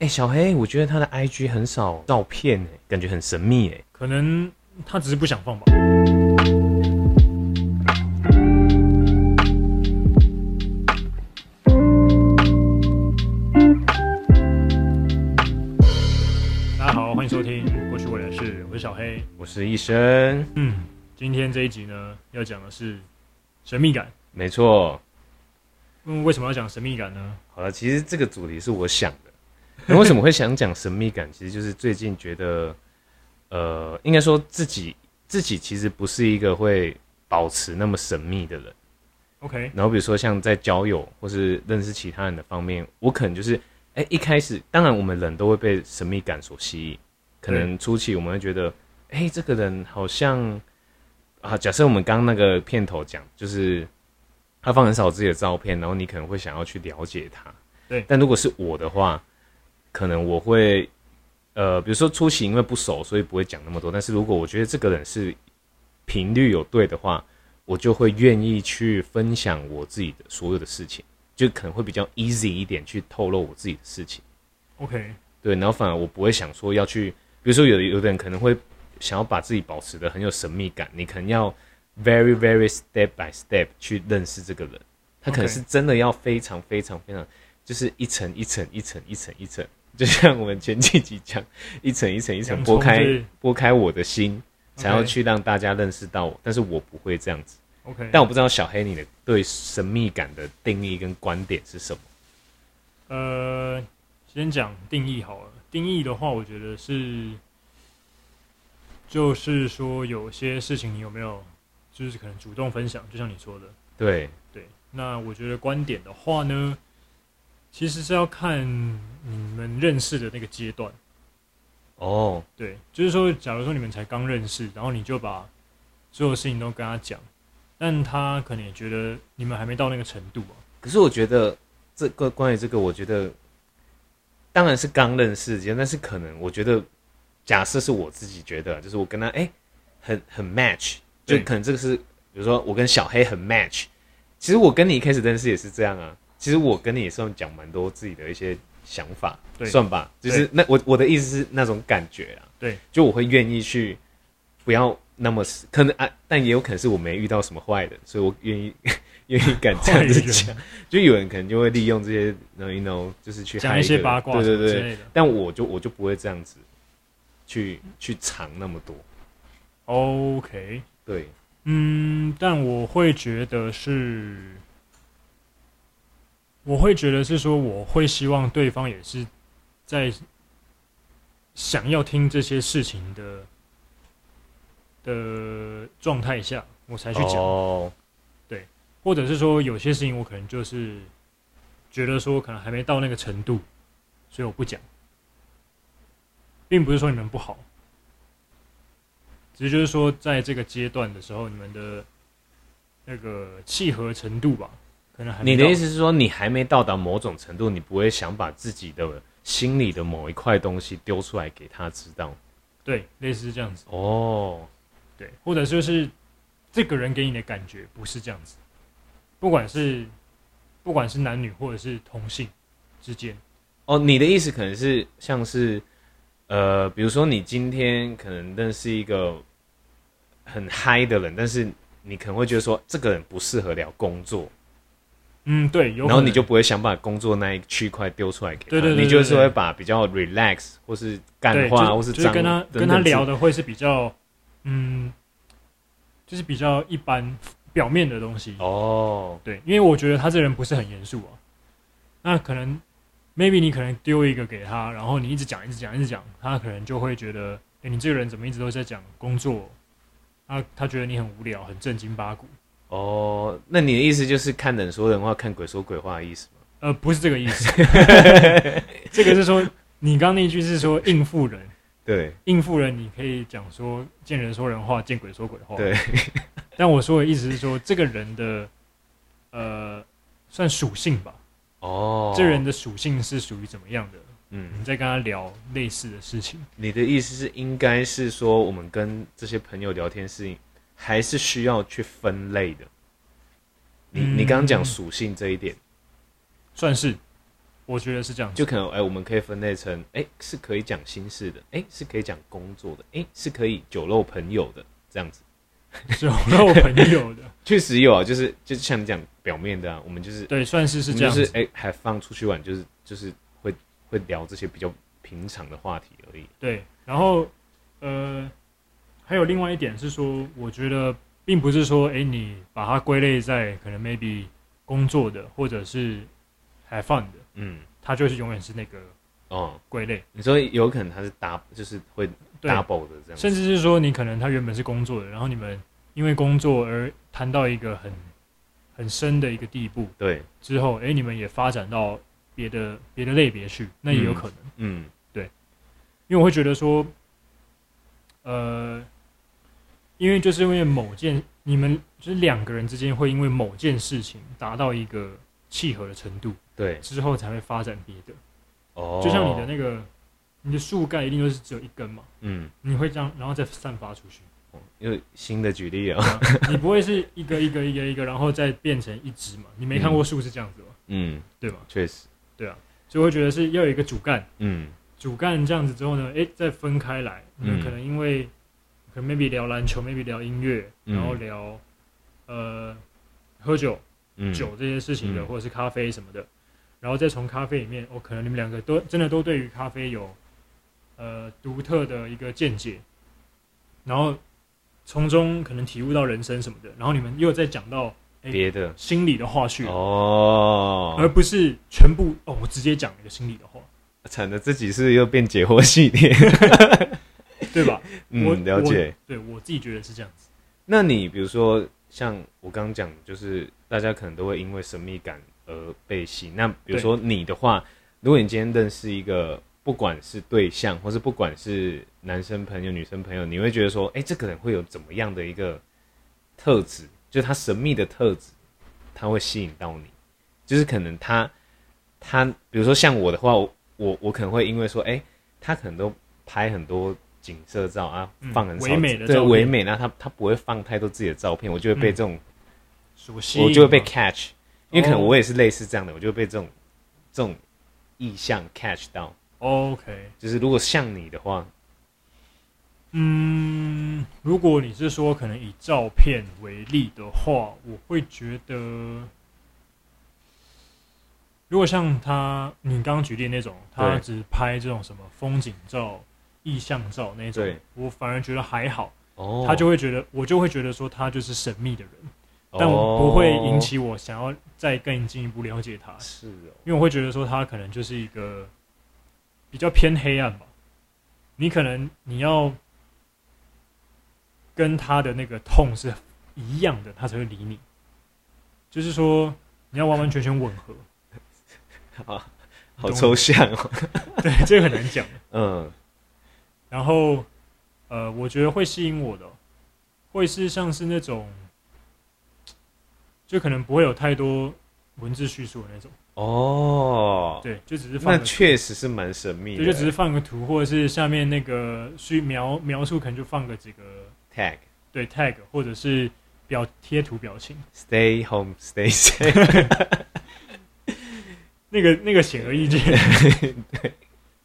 哎、小黑，我觉得他的 IG 很少照片、欸，感觉很神秘、欸，哎，可能他只是不想放吧。大家好，欢迎收听《过去未来事》，我是小黑。我是医生，嗯，今天这一集呢，要讲的是神秘感。没错。嗯，为什么要讲神秘感呢？好了，其实这个主题是我想的。那为什么会想讲神秘感？其实就是最近觉得，呃，应该说自己自己其实不是一个会保持那么神秘的人。 OK，然后比如说像在交友或是认识其他人的方面，我可能就是，哎、一开始当然我们人都会被神秘感所吸引，可能初期我们会觉得，哎、这个人好像啊，假设我们刚刚那个片头讲，就是他放很少自己的照片，然后你可能会想要去了解他，对但如果是我的话，可能我会。呃，比如说初期因为不熟，所以不会讲那么多。但是如果我觉得这个人是频率有对的话，我就会愿意去分享我自己的所有的事情，就可能会比较 easy 一点去透露我自己的事情。 ，OK，对，然后反而我不会想说要去，比如说有的有的人可能会想要把自己保持的很有神秘感，你可能要 very very step by step 去认识这个人，他可能 OK 是真的要非常非常非常，就是一层一层一层一层一层，就像我们前几集讲，一层一层一层洋剥葱开是剥开我的心，才要 OK 去让大家认识到我，但是我不会这样子。 OK，但我不知道小黑你的对神秘感的定义跟观点是什么。呃，先讲定义好了。定义的话，我觉得是，就是说有些事情你有没有，就是可能主动分享，就像你说的，对，对。那我觉得观点的话呢，其实是要看你们认识的那个阶段。哦，对，就是说，假如说你们才刚认识，然后你就把所有事情都跟他讲，但他可能也觉得你们还没到那个程度啊。可是我觉得这个关于这个，我觉得当然是刚认识但是可能我觉得，假设是我自己觉得，就是我跟他哎、很很 match，就对可能这个是，比如说我跟小黑很 match，其实我跟你一开始认识也是这样啊，其实我跟你也算讲蛮多自己的一些想法，对算吧，就是那我我的意思是那种感觉啊，对，就我会愿意去不要那么可能啊，但也有可能是我没遇到什么坏人，所以我愿意 愿意敢这样子坏人讲，就有人可能就会利用这些，you know，就是去讲害一些个人八卦对什对么对之，类的。但我就我就不会这样子去去藏那么多。 OK，对，嗯，但我会觉得是，我会觉得是说，我会希望对方也是在想要听这些事情的的状态下，我才去讲。哦，或者是说有些事情我可能就是觉得说可能还没到那个程度，所以我不讲，并不是说你们不好，只是就是说在这个阶段的时候，你们的那个契合程度吧，可能还没你到的意思是说，你还没到达某种程度，你不会想把自己的心里的某一块东西丢出来给他知道。对，类似是这样子，哦，对，或者就是这个人给你的感觉不是这样子，不管是不管是男女或者是同性之间，哦，你的意思可能是像是，呃，比如说你今天可能认识一个很嗨的人，但是你可能会觉得说这个人不适合聊工作，嗯，对，有可能然后你就不会想把工作那一区块丢出来给他，对对对对你就是对会把比较 relax 或是干对，话就或是就是脏跟他等跟他等之聊的会是比较，嗯，就是比较一般表面的东西。哦，对，因为我觉得他这人不是很严肃啊。那可能 maybe 你可能丢一个给他，然后你一直讲一直讲一直讲，他可能就会觉得，哎、你这个人怎么一直都在讲工作？他他觉得你很无聊，很正经八股。哦，那你的意思就是看人说人话，看鬼说鬼话的意思吗？呃，不是这个意思， 这个是说你刚刚那句是说应付人，对应付人，你可以讲说见人说人话，见鬼说鬼话。对， 但我说的意思是说，这个人的呃，算属性吧，哦，这人的属性是属于怎么样的？嗯。你在跟他聊类似的事情，你的意思是，应该是说我们跟这些朋友聊天是还是需要去分类的。你嗯你刚刚讲属性这一点，算是我觉得是这样子。就可能哎、我们可以分类成哎、是可以讲心事的，哎、是可以讲工作的，哎、是可以酒肉朋友的这样子。是我那我朋友 的，确实有啊，就是就像你讲表面的啊，我们就是对，算是是我们这样就子。是哎、还放出去玩，就是就是会会聊这些比较平常的话题而已。对，然后呃，还有另外一点是说，我觉得并不是说，哎，你把它归类在可能 maybe 工作的或者是 have fun 的，嗯，它就是永远是那个哦，归类。你说有可能他是 double，就是会对， double 的这样子。甚至是说，你可能他原本是工作的，然后你们因为工作而谈到一个很很深的一个地步对，之后，哎，你们也发展到别的别的类别去，那也有嗯可能。嗯，因为我会觉得说，呃，因为就是因为某件，你们就是两个人之间会因为某件事情达到一个契合的程度对，之后，才会发展别的。哦，就像你的那个，你的树干一定都是只有一根嘛，嗯，你会这样，然后再散发出去， 哦又新的举例啊，对啊你不会是一个一个一个一个，然后再变成一枝嘛？你没看过树是这样子嘛？嗯，对吧？确实，所以我会觉得是要有一个主干，嗯，主干这样子之后呢，诶，再分开来，你们嗯可能因为、可能 maybe 聊篮球，maybe 聊音乐，嗯然后聊、呃喝酒、嗯，酒这些事情的，嗯或者是咖啡什么的，然后再从咖啡里面，哦，可能你们两个都真的都对于咖啡有呃独特的一个见解，然后从中可能体悟到人生什么的，然后你们又再讲到别的心理的话去了，而哦，不是全部哦，我直接讲一个心理的话，惨的自己是又变解惑系列，对吧？我 嗯，了解。我对我自己觉得是这样子。那你比如说像我刚刚讲，就是大家可能都会因为神秘感而被吸。那比如说你的话，如果你今天认识一个，不管是对象，或是不管是男生朋友、女生朋友，你会觉得说，哎、这个人会有怎么样的一个特质？就是他神秘的特质，他会吸引到你。就是可能他他，比如说像我的话，我我我可能会因为说，哎、他可能都拍很多景色照啊，嗯放很少唯美的对照片唯美，然后他他不会放太多自己的照片，我就会被嗯这种，熟悉，我就会被 catch，因为可能哦我也是类似这样的，我就会被这种这种意向 catch 到。 OK，就是如果像你的话，嗯，如果你是说可能以照片为例的话，我会觉得，如果像他你刚刚举例那种，他对只拍这种什么风景照、意象照那种对，我反而觉得还好，哦他就会觉得，我就会觉得说他就是神秘的人，哦但我不会引起我想要再更进一步了解他。是哦，因为我会觉得说他可能就是一个比较偏黑暗吧。你可能你要跟他的那个痛是一样的，他才会理你。就是说你要完完全全吻合，好懂抽象哦，对，这个很难讲。 嗯，然后呃，我觉得会吸引我的，会是像是那种，就可能不会有太多文字叙述的那种，哦，对，就只是放那个确实是蛮神秘的，对，就只是放个图，或者是下面那个去描描述，可能就放个几个 tag。对 tag，或者是表贴图表情， Stay home, stay safe。那个那个显而易见。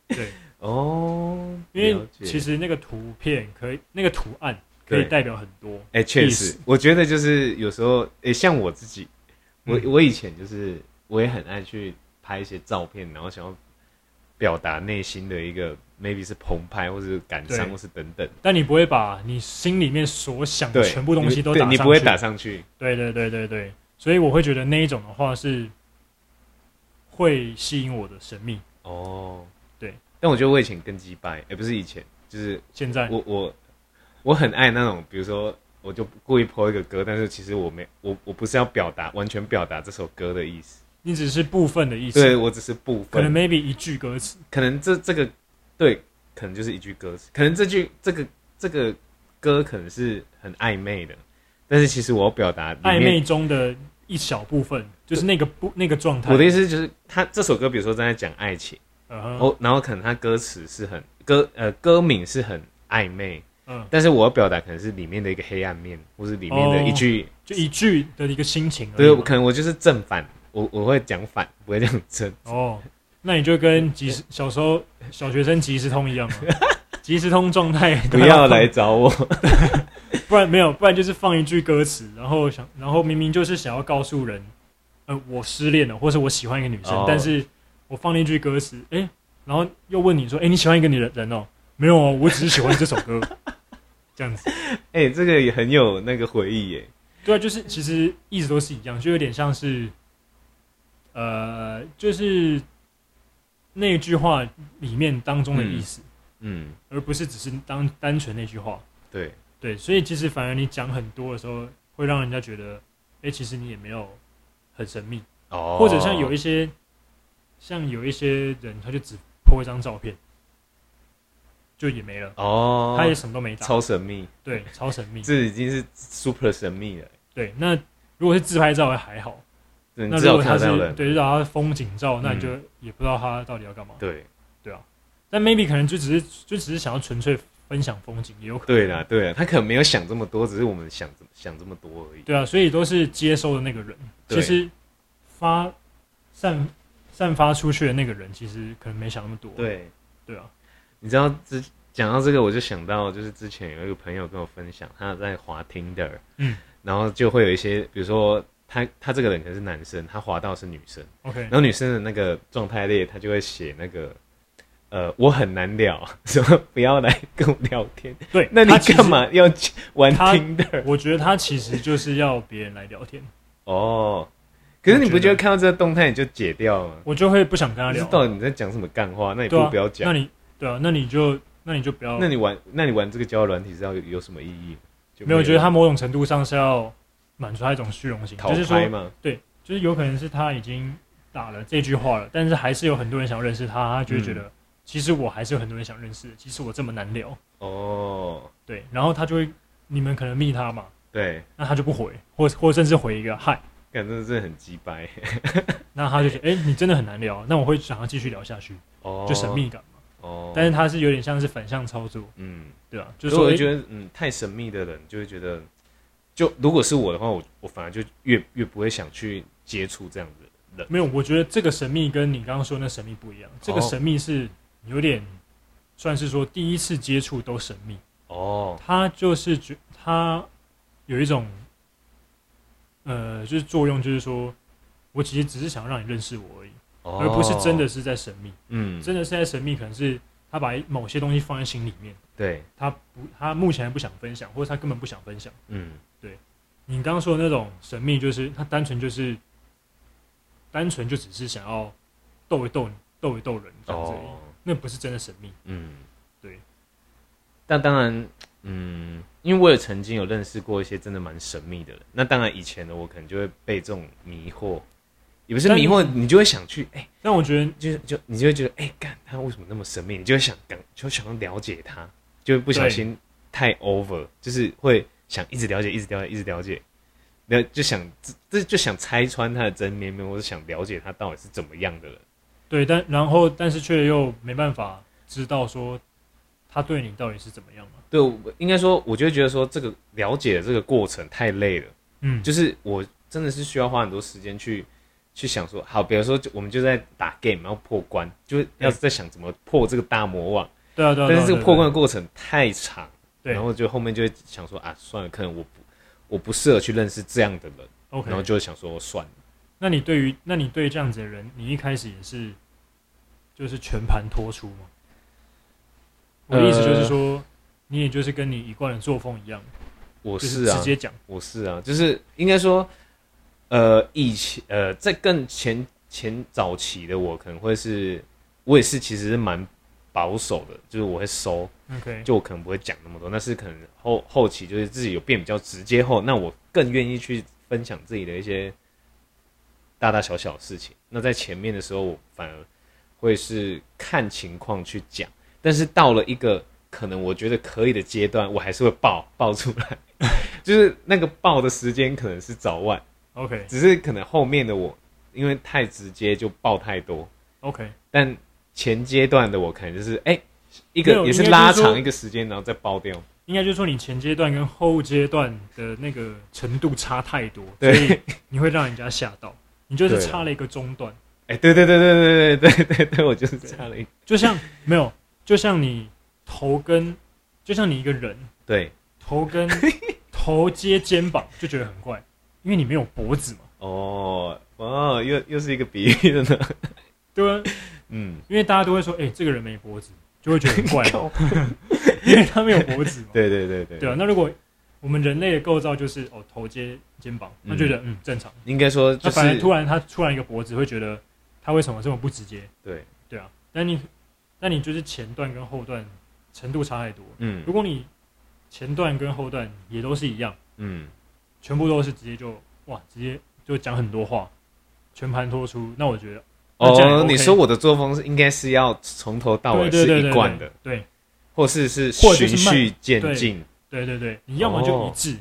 对，哦，因为了解其实那个图片可以，那个图案可对以代表很多。哎、确意实思，我觉得就是有时候，哎、像我自己，我、嗯我以前就是我也很爱去拍一些照片，然后想要表达内心的一个 maybe 是澎湃，或是感伤，对或是等等，但你不会把你心里面所想的对，全部东西都你打上对去，你不会打上去，对对对对对，所以我会觉得那一种的话是会吸引我的神秘。哦，对。但我觉得我以前更鸡掰，哎、不是以前，就是现在我我我很爱那种，比如说我就故意 po 一个歌，但是其实我没我我不是要表达完全表达这首歌的意思，你只是部分的意对思，我只是部分，可能 maybe 一句歌词，可能这这个对，可能就是一句歌词，可能这句这个这个歌可能是很暧昧的，但是其实我要表达里暧昧面中的一小部分，就是那个不那个状态。我的意，思就是，他这首歌比如说正在讲爱情，嗯哼，哦，然后可能他歌词是很歌呃歌名是很暧昧，嗯，但是我要表达可能是里面的一个黑暗面，或是里面的一句，就一句哦的一个心情而已嘛。 对，可能我就是正反，我我会讲反，不会讲真，哦，那你就跟即时小时候小学生即时通一样 嘛，即时通状态不要来，找我。 不然没有，不然就是放一句歌词，然后想，然后明明就是想要告诉人，呃，我失恋了，或是我喜欢一个女生，哦但是我放了一句歌词，哎、然后又问你说，哎、你喜欢一个女人人哦？没有哦，我只是喜欢这首 歌，这样子。哎、这个也很有那个回忆耶。对啊，就是其实一直都是一样，就有点像是，呃，就是那句话里面当中的意思，嗯，而不是只是当单纯那句话。对，对，所以其实反而你讲很多的时候，会让人家觉得，哎、其实你也没有很神秘，哦或者像有一一些，像有一些人，他就只 po 一张照片，就也没了，哦，他也什么都没打，超神秘，对，超神秘。这已经是 super 神秘了。对，那如果是自拍照还好，对你那至如少果他看得是到嗯人，对，至少他是风景照，那你就也不知道他到底要干嘛。对但 maybe 可能就只是就只是想要纯粹分享风景，也有可能。对啦，对啦，他可能没有想这么多，只是我们想这么想这么多而已。对啊，所以都是接收的那个人，对其实发散散发出去的那个人，其实可能没想那么多。对，对啊，你知道之讲到这个，我就想到就是之前有一个朋友跟我分享，他在滑 Tinder，嗯，然后就会有一些，比如说他他这个人可能是男生，他滑到是女生， OK，然后女生的那个状态列，他就会写那个。呃，我很难聊， 什么不要来跟我聊天？对，那你他其实干？嘛要去玩他 Tinder？我觉得他其实就是要别人来聊天，哦，可是你不我觉觉得得看到这个动态你就解掉了吗？我就会不想跟他不知聊。道你在讲什么干话，那你不对如啊，不要讲那。你对啊，那你就那你就不要。那你玩，那你玩这个交友软体是要有有什么意义？就没有，我觉得他某种程度上是要满足他一种虚荣心，讨就是说拍嘛，就是有可能是他已经打了这句话了，但是还是有很多人想认识他，他就会觉得、嗯其实我还是有很多人想认识，其实我这么难聊，哦，对，然后他就会你们可能密他嘛，对，那他就不回，或或甚至回一个嗨，感真的是很鸡掰，那他就觉得哎、诶你真的很难聊，那我会想要继续聊下去，哦， 就神秘感嘛，哦，但是他是有点像是反向操作，嗯，对吧、啊？就就是是说我就诶觉得，嗯，太神秘的人就会觉得，就如果是我的话，我我反而就越越不会想去接触这样子的人，没有，我觉得这个神秘跟你刚刚说那神秘不一样，这个哦神秘是有点算是说第一次接触都神秘，哦，他就是觉他有一种呃，就是作用，就是说我其实只是想让你认识我而已，哦而不是真的，是在神秘，嗯，真的是在神秘，可能是他把某些东西放在心里面，对，他不他目前还不想分享，或者他根本不想分享。嗯，你刚刚说的那种神秘，就是他单纯就是单纯就只是想要逗一逗你，逗一逗人这样子而已，哦，那不是真的神秘。嗯，对。但当然，嗯，因为我也曾经有认识过一些真的蛮神秘的人。那当然，以前的我可能就会被这种迷惑，也不是但迷惑，你就会想去，哎、但我觉得就就你就会觉得，哎、干他为什么那么神秘？你就会想，赶就想要了解他，就会不小心太 over，就是会想一直了解，一直了解，一直了解。那就想这这就想拆穿他的真面目，或者想了解他到底是怎么样的人。对，但然后但是却又没办法知道说他对你到底是怎么样嘛。对，我应该说，我就会觉得说，这个了解的这个过程太累了。嗯，就就是我真的是需要花很多时间去去想说，好，比如说就我们就在打 game，然后破关，就是要在想怎么破这个大魔王，对啊对啊。但是这嗯对啊个破，关的对啊过程太长，对然后就后面就会想说啊，算了，可能我不我不适合去认识这样的人， OK，然后就会想说算了，那你对于那你对这样子的人，你一开始也是就是全盘托出吗？我的意思呃就是说，你也就是跟你一贯的作风一样，我就是是啊直，接讲。我是啊，就是应该说，呃，以前呃，在更前前早期的我，可能会是我也是其实是蛮保守的，就是我会收。 OK，就我可能不会讲那么多，但是可能后后期就是自己有变比较直接后，那我更愿意去分享自己的一些大大小小的事情。那在前面的时候，我反而会是看情况去讲，但是到了一个可能我觉得可以的阶段，我还是会爆 爆出来，就是那个爆的时间可能是早晚， OK 只是可能后面的我因为太直接就爆太多， OK，但前阶段的我可能就是哎、一没个有也是应该就是拉说长一个时间，然后再爆掉。应该就是说你前阶段跟后阶段的那个程度差太多，所对以你会让人家吓到。你就是对啊差了一个中段，哎、对对对对对对对对对，我就是这样的一就像 没有，就像你头跟，就像你一个人对 头跟头接肩膀就觉得很怪，因为你没有脖子嘛，哦哦，又又是一个比喻了呢。对啊，嗯，因为大家都会说，哎、这个人没脖子，就会觉得很怪嘛， 靠 因为他没有脖子嘛。对对对 对对啊，那如果我们人类的构造就是哦头接肩膀，那就觉得嗯正常。应该说就那反而是突然他突然一个脖子，会觉得他为什么这么不直接？对，对啊，但你但你就是前段跟后段程度差太多。嗯如果你前段跟后段也都是一样，嗯，全部都是直接就哇直接就讲很多话，全盘托出，那我觉得那这样也哦， OK 你说我的作风是应该是要从头到尾对对对是对一贯的，对或是是或循者就是慢序渐进，对对对，你要么就哦一致，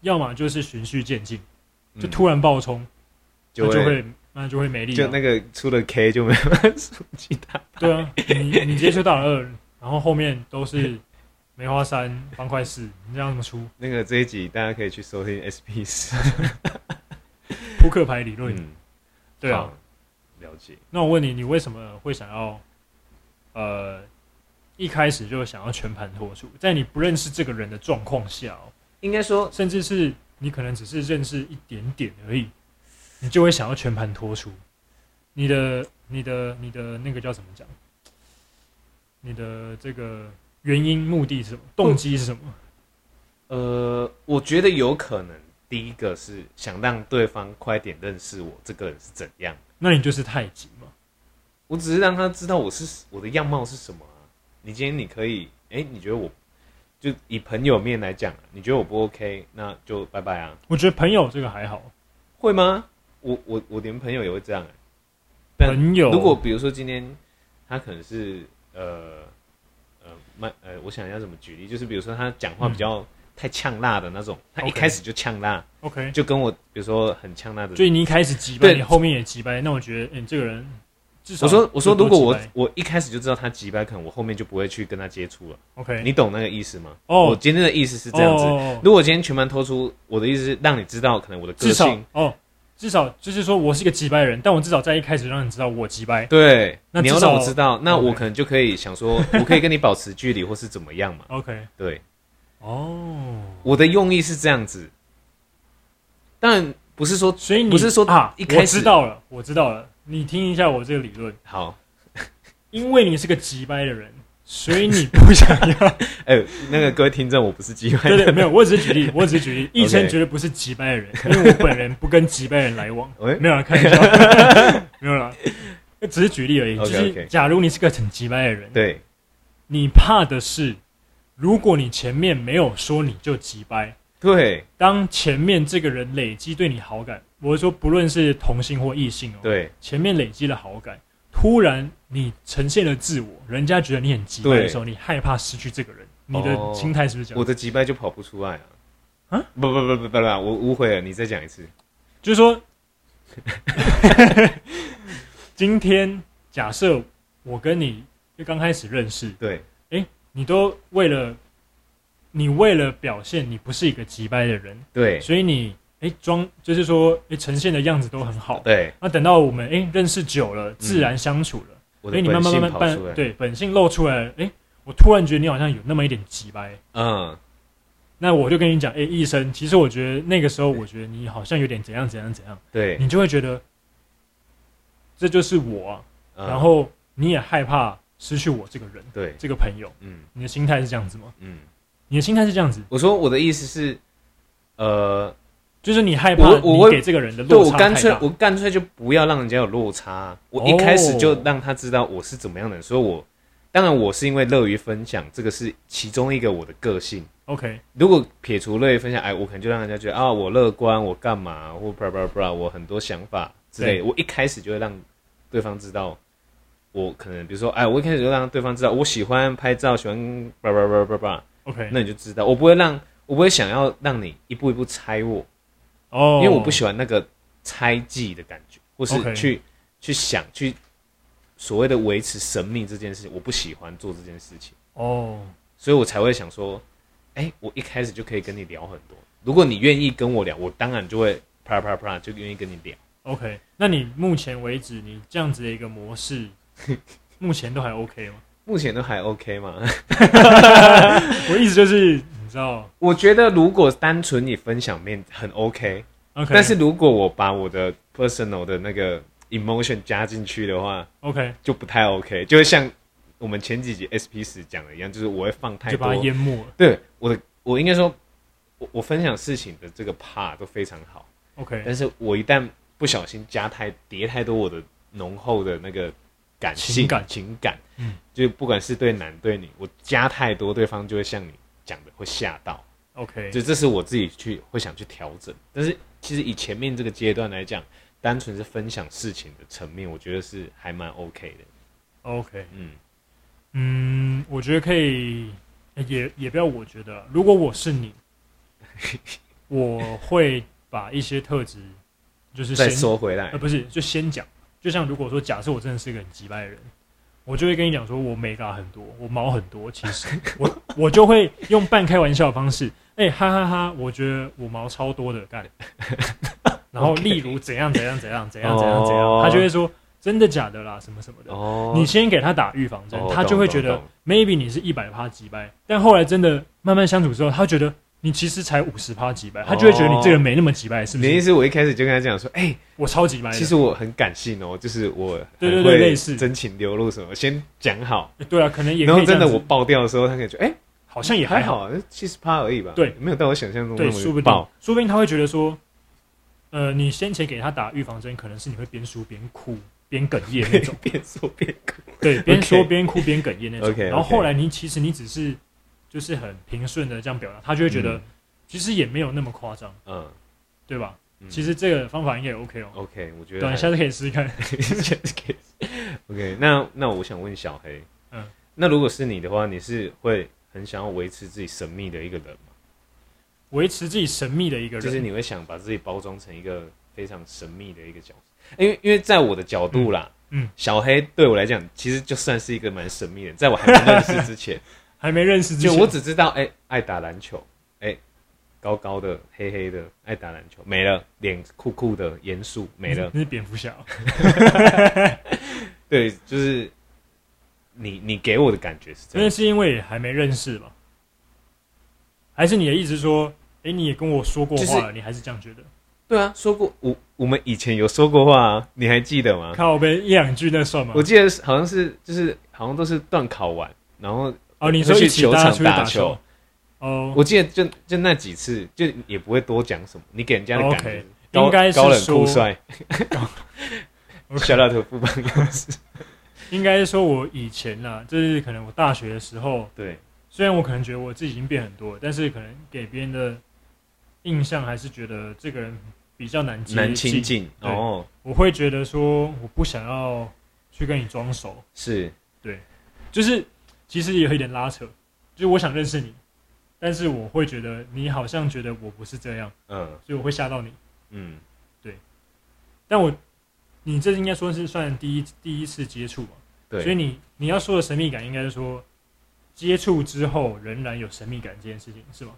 要么就是循序渐进，就嗯突然爆冲，就那就会会那就会没力了。就那个出了 K 就没办法 出其他，对啊，你你直接就到了二，然后后面都是梅花三、方块四，你这样怎么出那个这一集大家可以去收听 SP 四，扑克牌理论？嗯， 对啊好，，了解，那我问你，你为什么会想要呃一开始就想要全盘托出？在你不认识这个人的状况下哦、应该说甚至是你可能只是认识一点点而已，你就会想要全盘托出。你的、你的、你的那个叫怎么讲？你的这个原因、目的是什么？动机是什么？呃，我觉得有可能，第一个是想让对方快点认识我这个人是怎样，那你就是太急嘛。我只是让他知道我是我的样貌是什么啊。你今天你可以，哎、你觉得我就以朋友面来讲，你觉得我不 OK，那就拜拜啊，我觉得朋友这个还好，会吗？我我我连朋友也会这样、欸。但朋友如果比如说今天他可能是呃呃慢呃，我想要怎么举例，就是比如说他讲话比较、太呛辣的那种，他一嗯 OK 开始就呛辣 OK，就跟我比如说很呛辣的所以你一开始急掰，对你后面也急掰，那我觉得，嗯、这个人至少我说我说，如果多我几掰我一开始就知道他几百，可能我后面就不会去跟他接触了。 OK，你懂那个意思吗？哦我今天的意思是这样子。哦哦哦如果今天全盘托出，我的意思是让你知道，可能我的个至少性，哦，至少就是说我是一个急掰的人，但我至少在一开始让你知道我急掰。对，那你要至少让我知道，那我 OK 可能就可以想说，我可以跟你保持距离，或是怎么样嘛？ OK，对，哦，我的用意是这样子，但不是说所以你不是说啊，一开我始知道了，我知道了，你听一下我这个理论，好，因为你是个急掰的人，所以你不想 要。哎、那个各位听众，我不是鸡掰对对，的，没有，我只是举例，我只是举 例，一琛绝对不是急掰的人，因为我本人不跟急掰人来往。 喂 没有啦，开玩 笑，没有啦，只是举例而已。就 OK，是 OK 假如你是个很急掰的人，对，你怕的是，如果你前面没有说你就急掰，对，当前面这个人累积对你好感，我是说不论是同性或异性哦，，对，前面累积了好感，突然你呈现了自我，人家觉得你很急掰的时候，你害怕失去这个人，你的哦心态是不是这样？我的击败就跑不出来啊！啊，不不不不不不，我误会了，你再讲一次。就是说， 今天假设我跟你就刚开始认识，对你都为了你为了表现你不是一个急掰的人，对所以你哎装就是说哎呈现的样子都很好。对，那等到我们哎认识久了，自然相处了，嗯我所的以你慢本慢性慢慢跑出慢来。，对本性露出来了，哎，我突然觉得你好像有那么一点急掰。嗯，那我就跟你讲，哎、医生，其实我觉得那个时候，我觉得你好像有点怎样怎样怎样，对。你就会觉得这就是我啊、嗯然后你也害怕失去我这个人、对，这个朋友。嗯你的心态是这样子吗？嗯，你的心态是这样子，我说我的意思是，呃，就是你害怕我我你会给这个人的对落我差干太脆大。我干脆就不要让人家有落差啊，我一开始就哦让他知道我是怎么样的人，所以我当然我是因为乐于分享，这个是其中一个我的个性。 OK，如果撇除乐于分享，哎，我可能就让人家觉得啊，我乐观，我干嘛，或 blah blah blah，我很多想法之类的。我一开始就会让对方知道，我可能比如说，哎，我一开始就让对方知道我喜欢拍照，喜欢 blah blah blah blah blah， OK，那你就知道，我不会让，我不会想要让你一步一步猜我，哦，因为我不喜欢那个猜忌的感觉，或是 OK 去去想去所谓的维持神秘这件事情，我不喜欢做这件事情。哦，所以我才会想说，哎、我一开始就可以跟你聊很多。如果你愿意跟我聊，我当然就会啪啦啪啦啪啦就愿意跟你聊。 OK，那你目前为止你这样子的一个模 式，目前都还 OK 吗？目前都还 OK 嘛？我意思就是，你知道 我觉得如果单纯你分享面很 OK， ，OK，但是如果我把我的 personal 的那个 emotion 加进去的话， OK 就不太 OK，就会像我们前几集 SP 时讲的一样，就是我会放太就把它多。淹没了。对我的，我应该说，我我分享事情的这个 part 都非常好， OK，但是我一旦不小心加太叠太多我的浓厚的那个感性情感情感，嗯就不管是对男对女，我加太多，对方就会像你讲的会吓到， OK，就这是我自己去会想去调整。但是其实以前面这个阶段来讲，单纯是分享事情的层面，我觉得是还蛮 OK 的， OK，嗯。嗯，我觉得可以，呃也也不要我觉得啊，如果我是 你，我会把一些特质，就是再先说回来呃，，不是，就先讲。就像如果说，假设我真的是一个很急败的人，我就会跟你讲说，我美嘎很多，我毛很多。其实 我我就会用半开玩笑的方式，哎、哈哈哈，我觉得我毛超多的， 干。然后例如怎样怎样怎样怎样怎样怎样，他就会说真的假的啦，什么什么的。哦，你先给他打预防针，哦他就懂会觉懂得懂 maybe 你是一百趴击败，但后来真的慢慢相处之后，他觉得你其实才五十趴击败，他就会觉得你这个人没那么击败，是你不的意是？思，我一开始就跟他讲说，哎、我超级白的。其实我很感性哦，就是我对对很对会类似真情流露什么，先讲好，欸 对啊，可能也然可后以这真样的子我爆掉的时候，他可以觉得，哎、好像也还还好，好，七十趴而已吧，对没有到我想象中对，那说么不定爆，，，说不定他会觉得说，呃，你先前给他打预防针，可能是你会边输边哭边哽咽那种 边说边 哭，对，边 OK 说边哭边哽咽那种。 OK，OK 然后后来你其实你只是就是很平顺的这样表达，他就会觉得、嗯其实也没有那么夸张，嗯，对吧？嗯其实这个方法应该也 OK 哦， OK，我觉对得啊，你下次可以试试看。可以 OK，那那我想问小黑，嗯，那如果是你的话，你是会很想要维持自己神秘的一个人吗？维持自己神秘的一个人，就是你会想把自己包装成一个非常神秘的一个角色，因为因为在我的角度啦，嗯嗯小黑对我来讲其实就算是一个蛮神秘的人，在我还没认识之 前，还没认识之就前，我只知道哎、爱打篮球，哎、高高的黑黑的爱打篮球没了，脸酷酷的严肃没 了，那是蝙蝠侠哦，对，就是你你给我的感觉是这那样，是因为还没认识吧？还是你的意思说，哎、你也跟我说过话了，你还是这样觉得？对啊，说过我我们以前有说过话、啊，你还记得吗？靠背一两句那算吗我？记得是好像是就是好像都是断考完，然后哦，你说一起大家出去我去球打场球？哦， 我记得就就那几次，就也不会多讲什么，你给人家的感觉 OK，高应该是高冷说酷 帅， OK 小老头富邦勇 士，应该说我以前啦，就是可能我大学的时候，对，虽然我可能觉得我自己已经变很多了，但是可能给别人的印象还是觉得这个人比较难接难亲近。近对哦，我会觉得说，我不想要去跟你装熟，是就是其实也有一点拉扯，就是我想认识你，但是我会觉得你好像觉得我不是这样，嗯所以我会吓到你。嗯但我你这应该说是算第一第一次接触吧，对，所以你你要说的神秘感，应该是说接触之后仍然有神秘感这件事情是吗？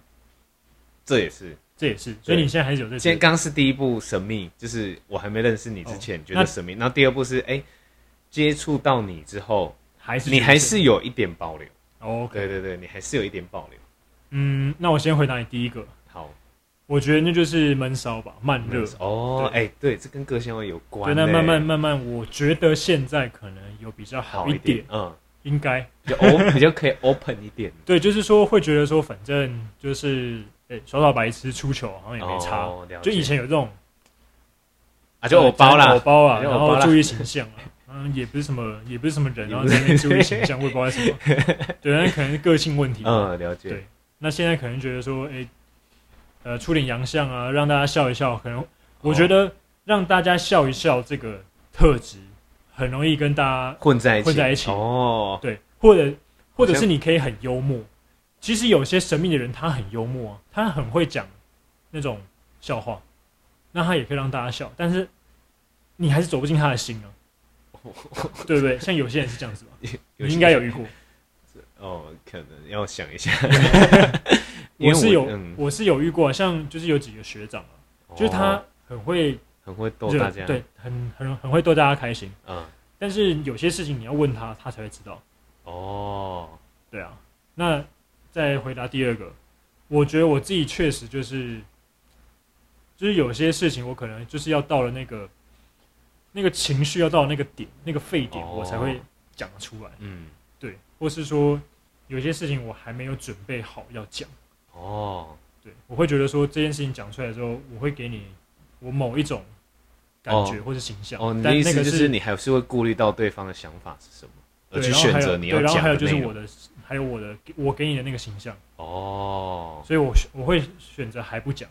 这也是这也是，所以你现在还是有这现在些。刚刚是第一步神秘，就是我还没认识你之哦前觉得神秘，然后第二步是哎、接触到你之后，还是你还是有一点保留，对哦 OK。对对，你还是有一点保留。嗯，那我先回答你第一个，好，我觉得那就是闷骚吧，慢热。哦，哎、对对，这跟个性会有关、对，欸，那慢慢慢慢，我觉得现在可能有比较好好一一点点，，嗯。应该就 o 比较可以 open 一点，对，就是说会觉得说，反正就是诶、耍耍白痴出糗好像也没差。哦了解就以前有这种啊，就偶包偶啦，包啊，就偶然包啦后注意形象啊，嗯，也不是什么也不是什么人，也然不后是在那边注意形象，我也不知道为什么。 对，那可能是个性问题。嗯，了解，对那现在可能觉得说，诶、呃，出点洋相啊，让大家笑一笑，可能我哦觉得让大家笑一笑这个特质很容易跟大家混在一起，混在一起哦，对，或者或者好像是你可以很幽默。其实有些神秘的人他很幽默啊、他很会讲那种笑话，那他也可以让大家笑，但是你还是走不进他 的心啊，对不对？像有些人是这样子吧，你应该有遇过。哦，可能要想 一下，因我为是有嗯，我是有遇过啊、像就是有几个学长啊，就是他很会哦很会逗热大家，对，很很很会逗大家开心。嗯，但是有些事情你要问他，他才会知道。哦，对啊，那再回答第二个，我觉得我自己确实就是，就是有些事情我可能就是要到了那个那个情绪要到了那个点，那个沸点，哦我才会讲得出来。嗯，对，或是说有些事情我还没有准备好要讲。哦，对，我会觉得说这件事情讲出来之后，我会给你我某一种感觉或是形象。哦，你的但意那思个就是你还是会顾虑到对方的想法是什么，而去对，然后选还有择你要对然后讲还的有就是内我容。的，还有我的，我给你的那个形象，哦，所以我选我会选择还不讲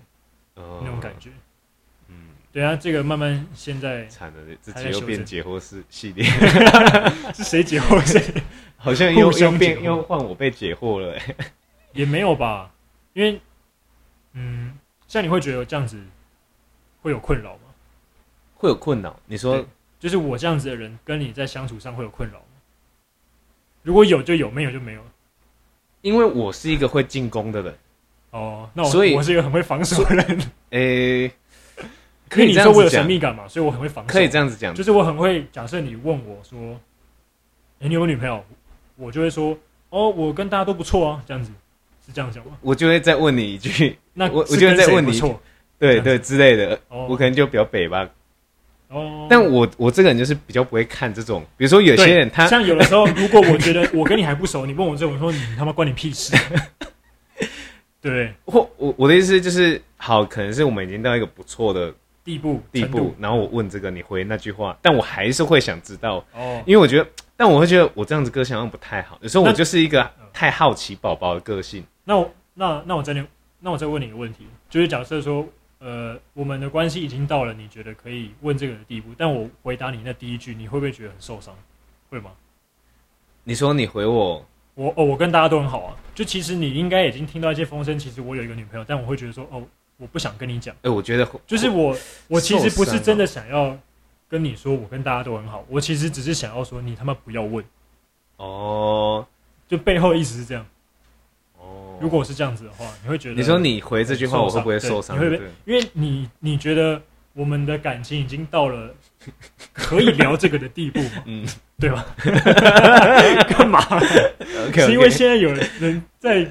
那那种感，觉。嗯，对啊，这个慢慢现 在惨了，自还己在又修变正解惑是系列， 是谁解惑谁好像互又又相解变惑又换我被解惑了，哎 也没有吧？因为嗯，像你会觉得这样子会有困扰吗？会有困扰。你说对就是我这样子的人跟你在相处上会有困扰吗？如果有就有，没有就没有。因为我是一个会进攻的人，哦，那我所以我是一个很会防守的人，诶、 可因为以你这说样我子有神讲，秘感嘛，所以我很会防守。可以这样子讲，就是我很会，假设你问我说：“哎、你有没有女朋友？”我就会说：“哦，我跟大家都不错啊。”这样子是这样讲吗？我就会再问你一句， 那我是我就会跟谁再问你不错对这对之类的，哦，我可能就比较北吧。哦，但我我这个人就是比较不会看这种，比如说有些人他像有的时候，如果我觉得 我跟你还不熟，你问我这种，我说你他妈关你 屁事，对不对？或我我的意思就是，好，可能是我们已经到一个不错的地步地程度步，然后我问这个，你回那句话，但我还是会想知道，哦，因为我觉得，但我会觉得我这样子个性好像不太好，有时候我那就是一个嗯太好奇宝宝的个性，那我那那我再问，那我再问你一个问题，就是假设说，呃，我们的关系已经到了你觉得可以问这个的地步，但我回答你那第一句，你会不会觉得很受伤？会吗？你说你回我，我哦，我跟大家都很好啊。就其实你应该已经听到一些风声，其实我有一个女朋友，但我会觉得说，哦，我不想跟你讲。哎、我觉得就是我，我其实不受伤是啊真的想要跟你说，我跟大家都很好。我其实只是想要说，你他妈不要问。哦就背后的意思是这样。哦，如果是这样子的话，你会觉得你说，你回这句话，受我会不会伤受伤？对你会对，因为你你觉得我们的感情已经到了可以聊这个的地步嘛 嗯对吧？干嘛？ ，OK，, 是因为现在有人在，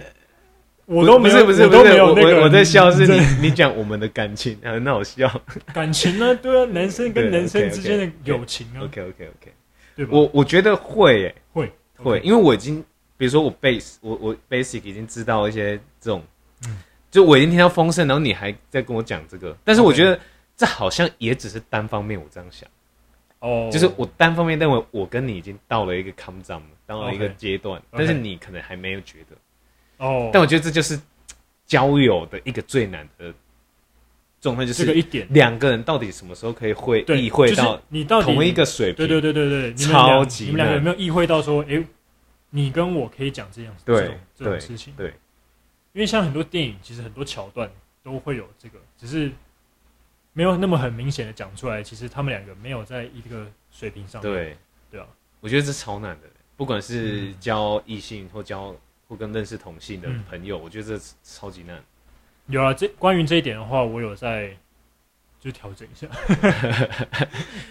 我不都没有，不是我不是都不没是，有那个我我在笑是认你你讲我们的感情很好笑。感情呢？对啊，男生对跟男生 OK，OK，之间的友情啊， OK OK OK，对吧？我我觉得会耶、会会，因为我已经，比如说我 base，我我 basic 已经知道一些这种，嗯就我已经听到风声，然后你还在跟我讲这个，但是我 OK 觉得这好像也只是单方面，我这样想，哦，就是我单方面认为我跟你已经到了一个 come down，到了一个 OK 阶段 OK 但是你可能还没有觉得，哦，但我觉得这就是交友的一个最难的状态，就这个是一点两个人到底什么时候可以会对，意会就到是你到底同一个水对平，对对对对，你们超两级你们两个有难没有意会到说，诶，你跟我可以讲这样对这种这种对事情，对，因为像很多电影，其实很多桥段都会有这个，只是没有那么很明显的讲出来。其实他们两个没有在一个水平上，对对啊，我觉得这超难的，不管是嗯交异性或交或跟认识同性的嗯朋友，我觉得这超级难。有啊，这关于这一点的话，我有在就调整 一下。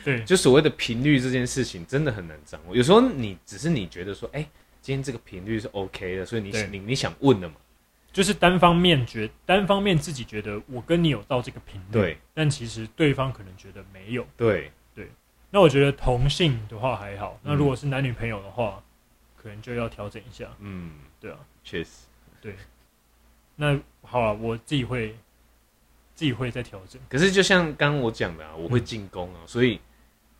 对，就所谓的频率这件事情，真的很难掌握。有时候你只是你觉得说，哎、今天这个频率是 OK 的，所以你对你你想问的嘛？就是单方面觉，单方面自己觉得我跟你有到这个频率，对但其实对方可能觉得没有。对，那我觉得同性的话还好，那如果是男女朋友的话，可能就要调整一下。嗯，对啊，确实。那好啊，我自己会自己会再调整。可是就像刚我讲的啊，我会进攻啊，所以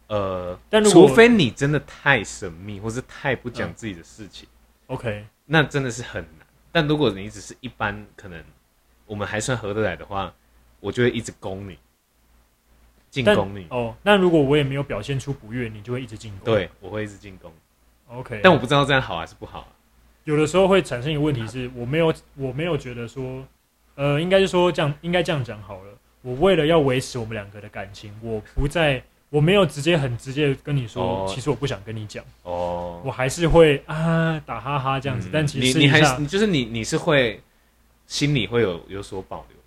呃，嗯但如果嗯除非你真的太神秘，或是太不讲自己的事情， OK，那真的是很难。但如果你只是一般，可能我们还算合得来的话，我就会一直攻你，进但攻你。哦，那如果我也没有表现出不悦，你就会一直进攻。对，我会一直进攻， ，OK。但我不知道这样好还是不好啊、有的时候会产生一个问题是，我没有我没有觉得说，呃，应该是说这样，应该这样讲好了。我为了要维持我们两个的感情，我不再我没有直接很直接地跟你说，哦其实我不想跟你讲，哦，我还是会啊打哈哈这样子，嗯但其实私你你底还下是你就是你你是会心里会有有所保留，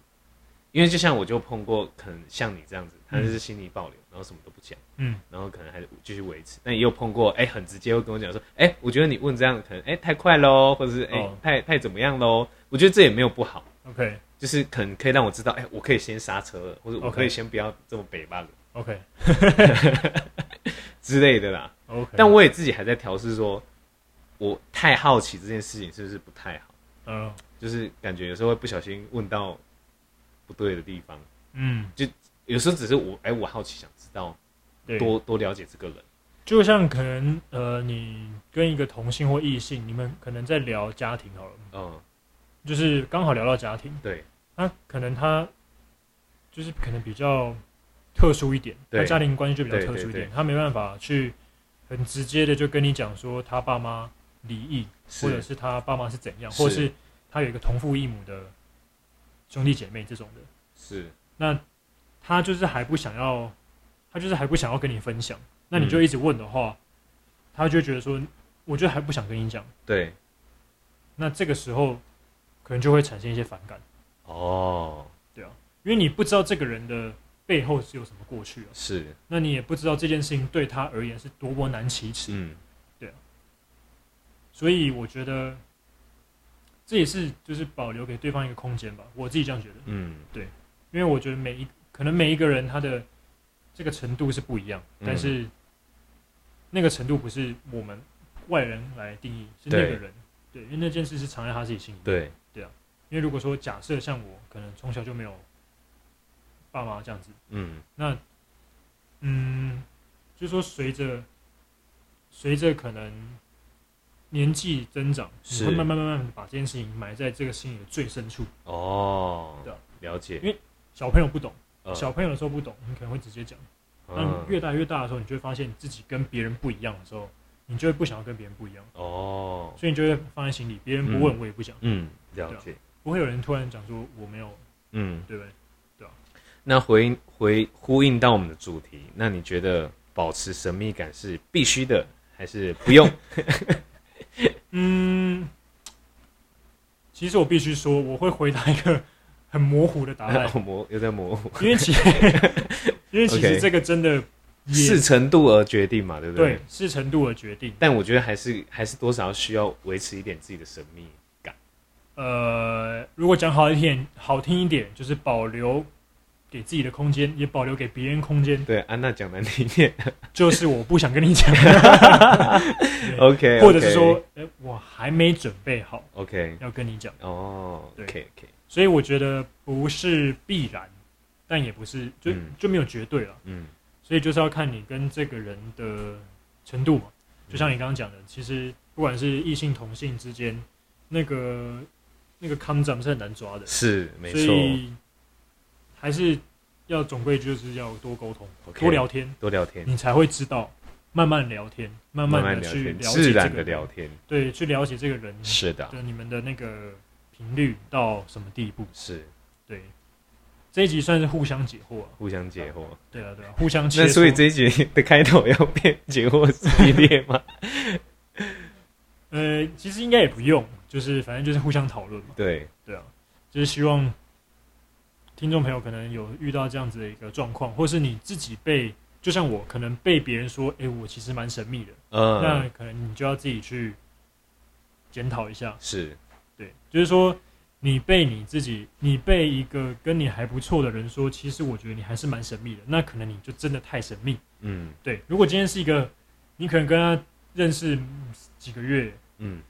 因为就像我就碰过，可能像你这样子，他就是心理保留，然后什么都不讲，嗯，然后可能还是继续维持。但也有碰过，哎、很直接会跟我讲说，哎、我觉得你问这样可能哎、太快喽，或者是哎、哦太太怎么样喽？我觉得这也没有不好， ，OK 就是可能可以让我知道，哎、我可以先刹车了，或者我 OK 可以先不要这么北巴了 OK 之类的啦。 OK，但我也自己还在调试，说我太好奇这件事情是不是不太好，嗯就是感觉有时候会不小心问到不对的地方，嗯，有时候只是我哎、我好奇想知道对，多多了解这个人。就像可能呃，你跟一个同性或异性，你们可能在聊家庭好了，嗯，就是刚好聊到家庭，对那可能他就是可能比较特殊一点，对他家庭关系就比较对特对殊一对点，他没办法去很直接的就跟你讲说他爸妈离异，是或者是他爸妈是怎样，是或者是他有一个同父异母的兄弟姐妹这种的，是，他就是还不想要，他就是还不想要跟你分享，那你嗯就一直问的话，他就会觉得说，我就还不想跟你讲，对，那这个时候可能就会产生一些反感，哦，因为你不知道这个人的背后是有什么过去啊，是，那你也不知道这件事情对他而言是多么难启齿，嗯，所以我觉得这也是就是保留给对方一个空间吧，我自己这样觉得，嗯，因为我觉得每一可能每一个人他的这个程度是不一样，嗯但是那个程度不是我们外人来定义，是那对个人对，因为那件事是藏在他自己心里。，对，因为如果说假设像我，可能从小就没有爸妈这样子，嗯，那嗯，就说随着随着可能年纪增长，你是会慢慢慢慢地把这件事情埋在这个心里的最深处。哦对啊，了解，因为小朋友不懂，呃小朋友的时候不懂，你可能会直接讲。嗯当你越大越大的时候，你就会发现自己跟别人不一样的时候，你就会不想要跟别人不一样，哦，所以你就会放在心里。别人不问，我也不想，嗯，啊了解，不会有人突然讲说我没有，嗯，对不对？那回应回呼应到我们的主题，那你觉得保持神秘感是必须的，还是不用？，嗯，其实我必须说，我会回答一个很模糊的答案 模有点模糊，因为其 因为其 OK 实这个真的也视程度而决定嘛，对不对是程度的决定。但我觉得还是还是多少需要维持一点自己的神秘。呃，如果讲好一点，好听一点，就是保留给自己的空间，也保留给别人空间，对，安娜讲难听一 点就是我不想跟你讲。 ，OK， 或者是说，哎、我还没准备好，OK，要跟你讲，哦对，OK，OK，所以我觉得不是必然，但也不是就、嗯就没有绝对了，嗯，所以就是要看你跟这个人的程度嘛。就像你刚刚讲的，其实不管是异性同性之间，那个那个 come down 是很难抓的，是没所错，以还是要总归就是要多沟通 OK 多聊天，多聊天，你才会知道。慢慢聊天，慢慢慢慢的聊去天，了自解这然个的人聊天，对，去了解这个人是的，对你们的那个频率到什么地步？是对，这一集算是互相解惑、啊。互相解惑。对啊，对啊，互相切磋。那所以这一集的开头要变解惑系列 吗？呃，其实应该也不用，就是反正就是互相讨论嘛。对，对啊，就是希望听众朋友可能有遇到这样子的一个状况，或是你自己被，就像我可能被别人说，哎、我其实蛮神秘的，嗯，那可能你就要自己去检讨一下。是，对，就是说你被你自己，你被一个跟你还不错的人说，其实我觉得你还是蛮神秘的，那可能你就真的太神秘。嗯对，如果今天是一个你可能跟他认识几个月嗯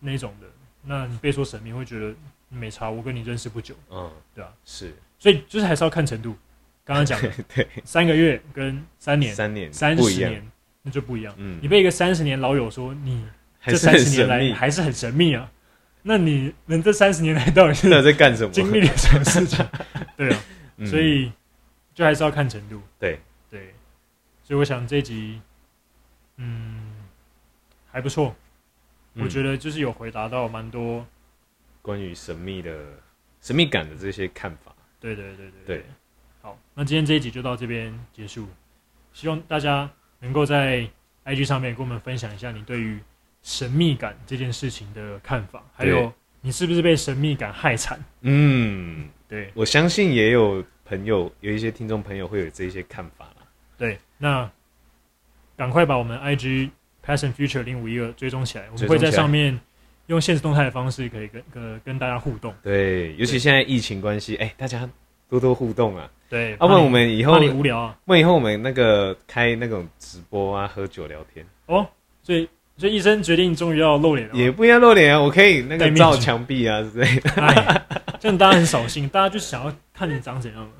那种的，那你被说神秘会觉得没差，我跟你认识不久，嗯，对啊，是所以就是还是要看程度。刚刚讲的 对，三个月跟三年、三年三不十一样，年，那就不一样。嗯你被一个三十年老友说你还这是三很十年神来秘， 还是很神秘啊，那你人这三十年来到底是到底在干什么？经历了什么事情？ 对啊，嗯所以就还是要看程度。对对，所以我想这一集，嗯，还不错，嗯我觉得就是有回答到蛮多。关于神秘的神秘感的这些看法，对对对对对好，那今天这一集就到这边结束，希望大家能够在 IG 上面跟我们分享一下你对于神秘感这件事情的看法，还对有你是不是被神秘感害惨？嗯，对，我相信也有朋友有一些听众朋友会有这一些看法啦。对，那赶快把我们 IG Past and Future 零五一二追踪起来，我们会在上面用现实动态的方式可以跟跟跟大家互动。对，尤其现在疫情关系，哎、大家多多互动啊！对，要、不怕然你我们以后怕你无聊啊。不然以后我们那个开那种直播啊，喝酒聊天，哦，所以所以医生决定终于要露脸了也 吗，不一定要露脸啊，我可以那个戴面具照墙壁 啊之类的。哎，这样大家很扫兴，大家就是想要看你长怎样嘛。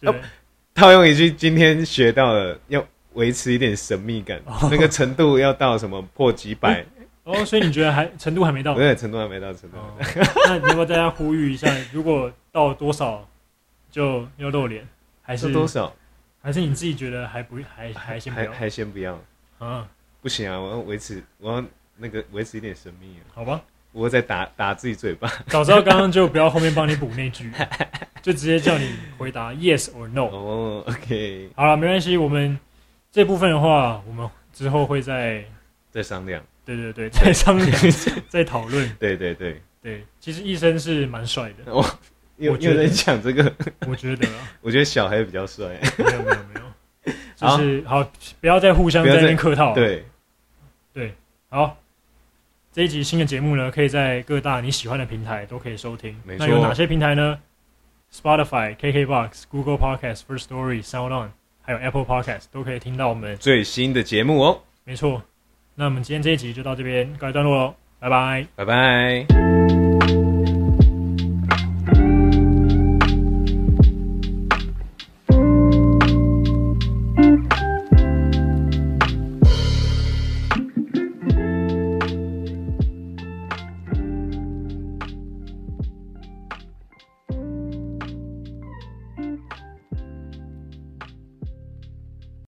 对不哦对，套用一句今天学到的，要维持一点神秘感，哦那个程度要到什么破几百，哦，所以你觉得还程度还没 到我？有点程度还没到程度。哦那你要不要大家呼吁一下？如果到多少就要露脸，还是是多少？还是你自己觉得还不还还先不还要还先不要，啊？不行啊！我要维持，我要那个维持一点神秘、啊，好吧，我在打打自己嘴巴。早知道刚刚就不要后面帮你补那句，就直接叫你回答 yes or no。哦、o k 好了，没关系，我们这部分的话，我们之后会再再商量。对对对再商量再讨论。对对对，对，其实医生是蛮帅的，我有我觉有得人讲这个， 我觉得啊，我觉得小黑比较帅。没有没有没有，就是好，不要再互相在那边客套。，啊对，好，这一集新的节目呢，可以在各大你喜欢的平台都可以收听。没那错有哪些平台呢？Spotify、KKBox、Google Podcast、First Story、Sound On，还有 Apple Podcast 都可以听到我们。最新的节目哦，没错，那我们今天这一集就到这边告一段落喽，拜拜。拜拜。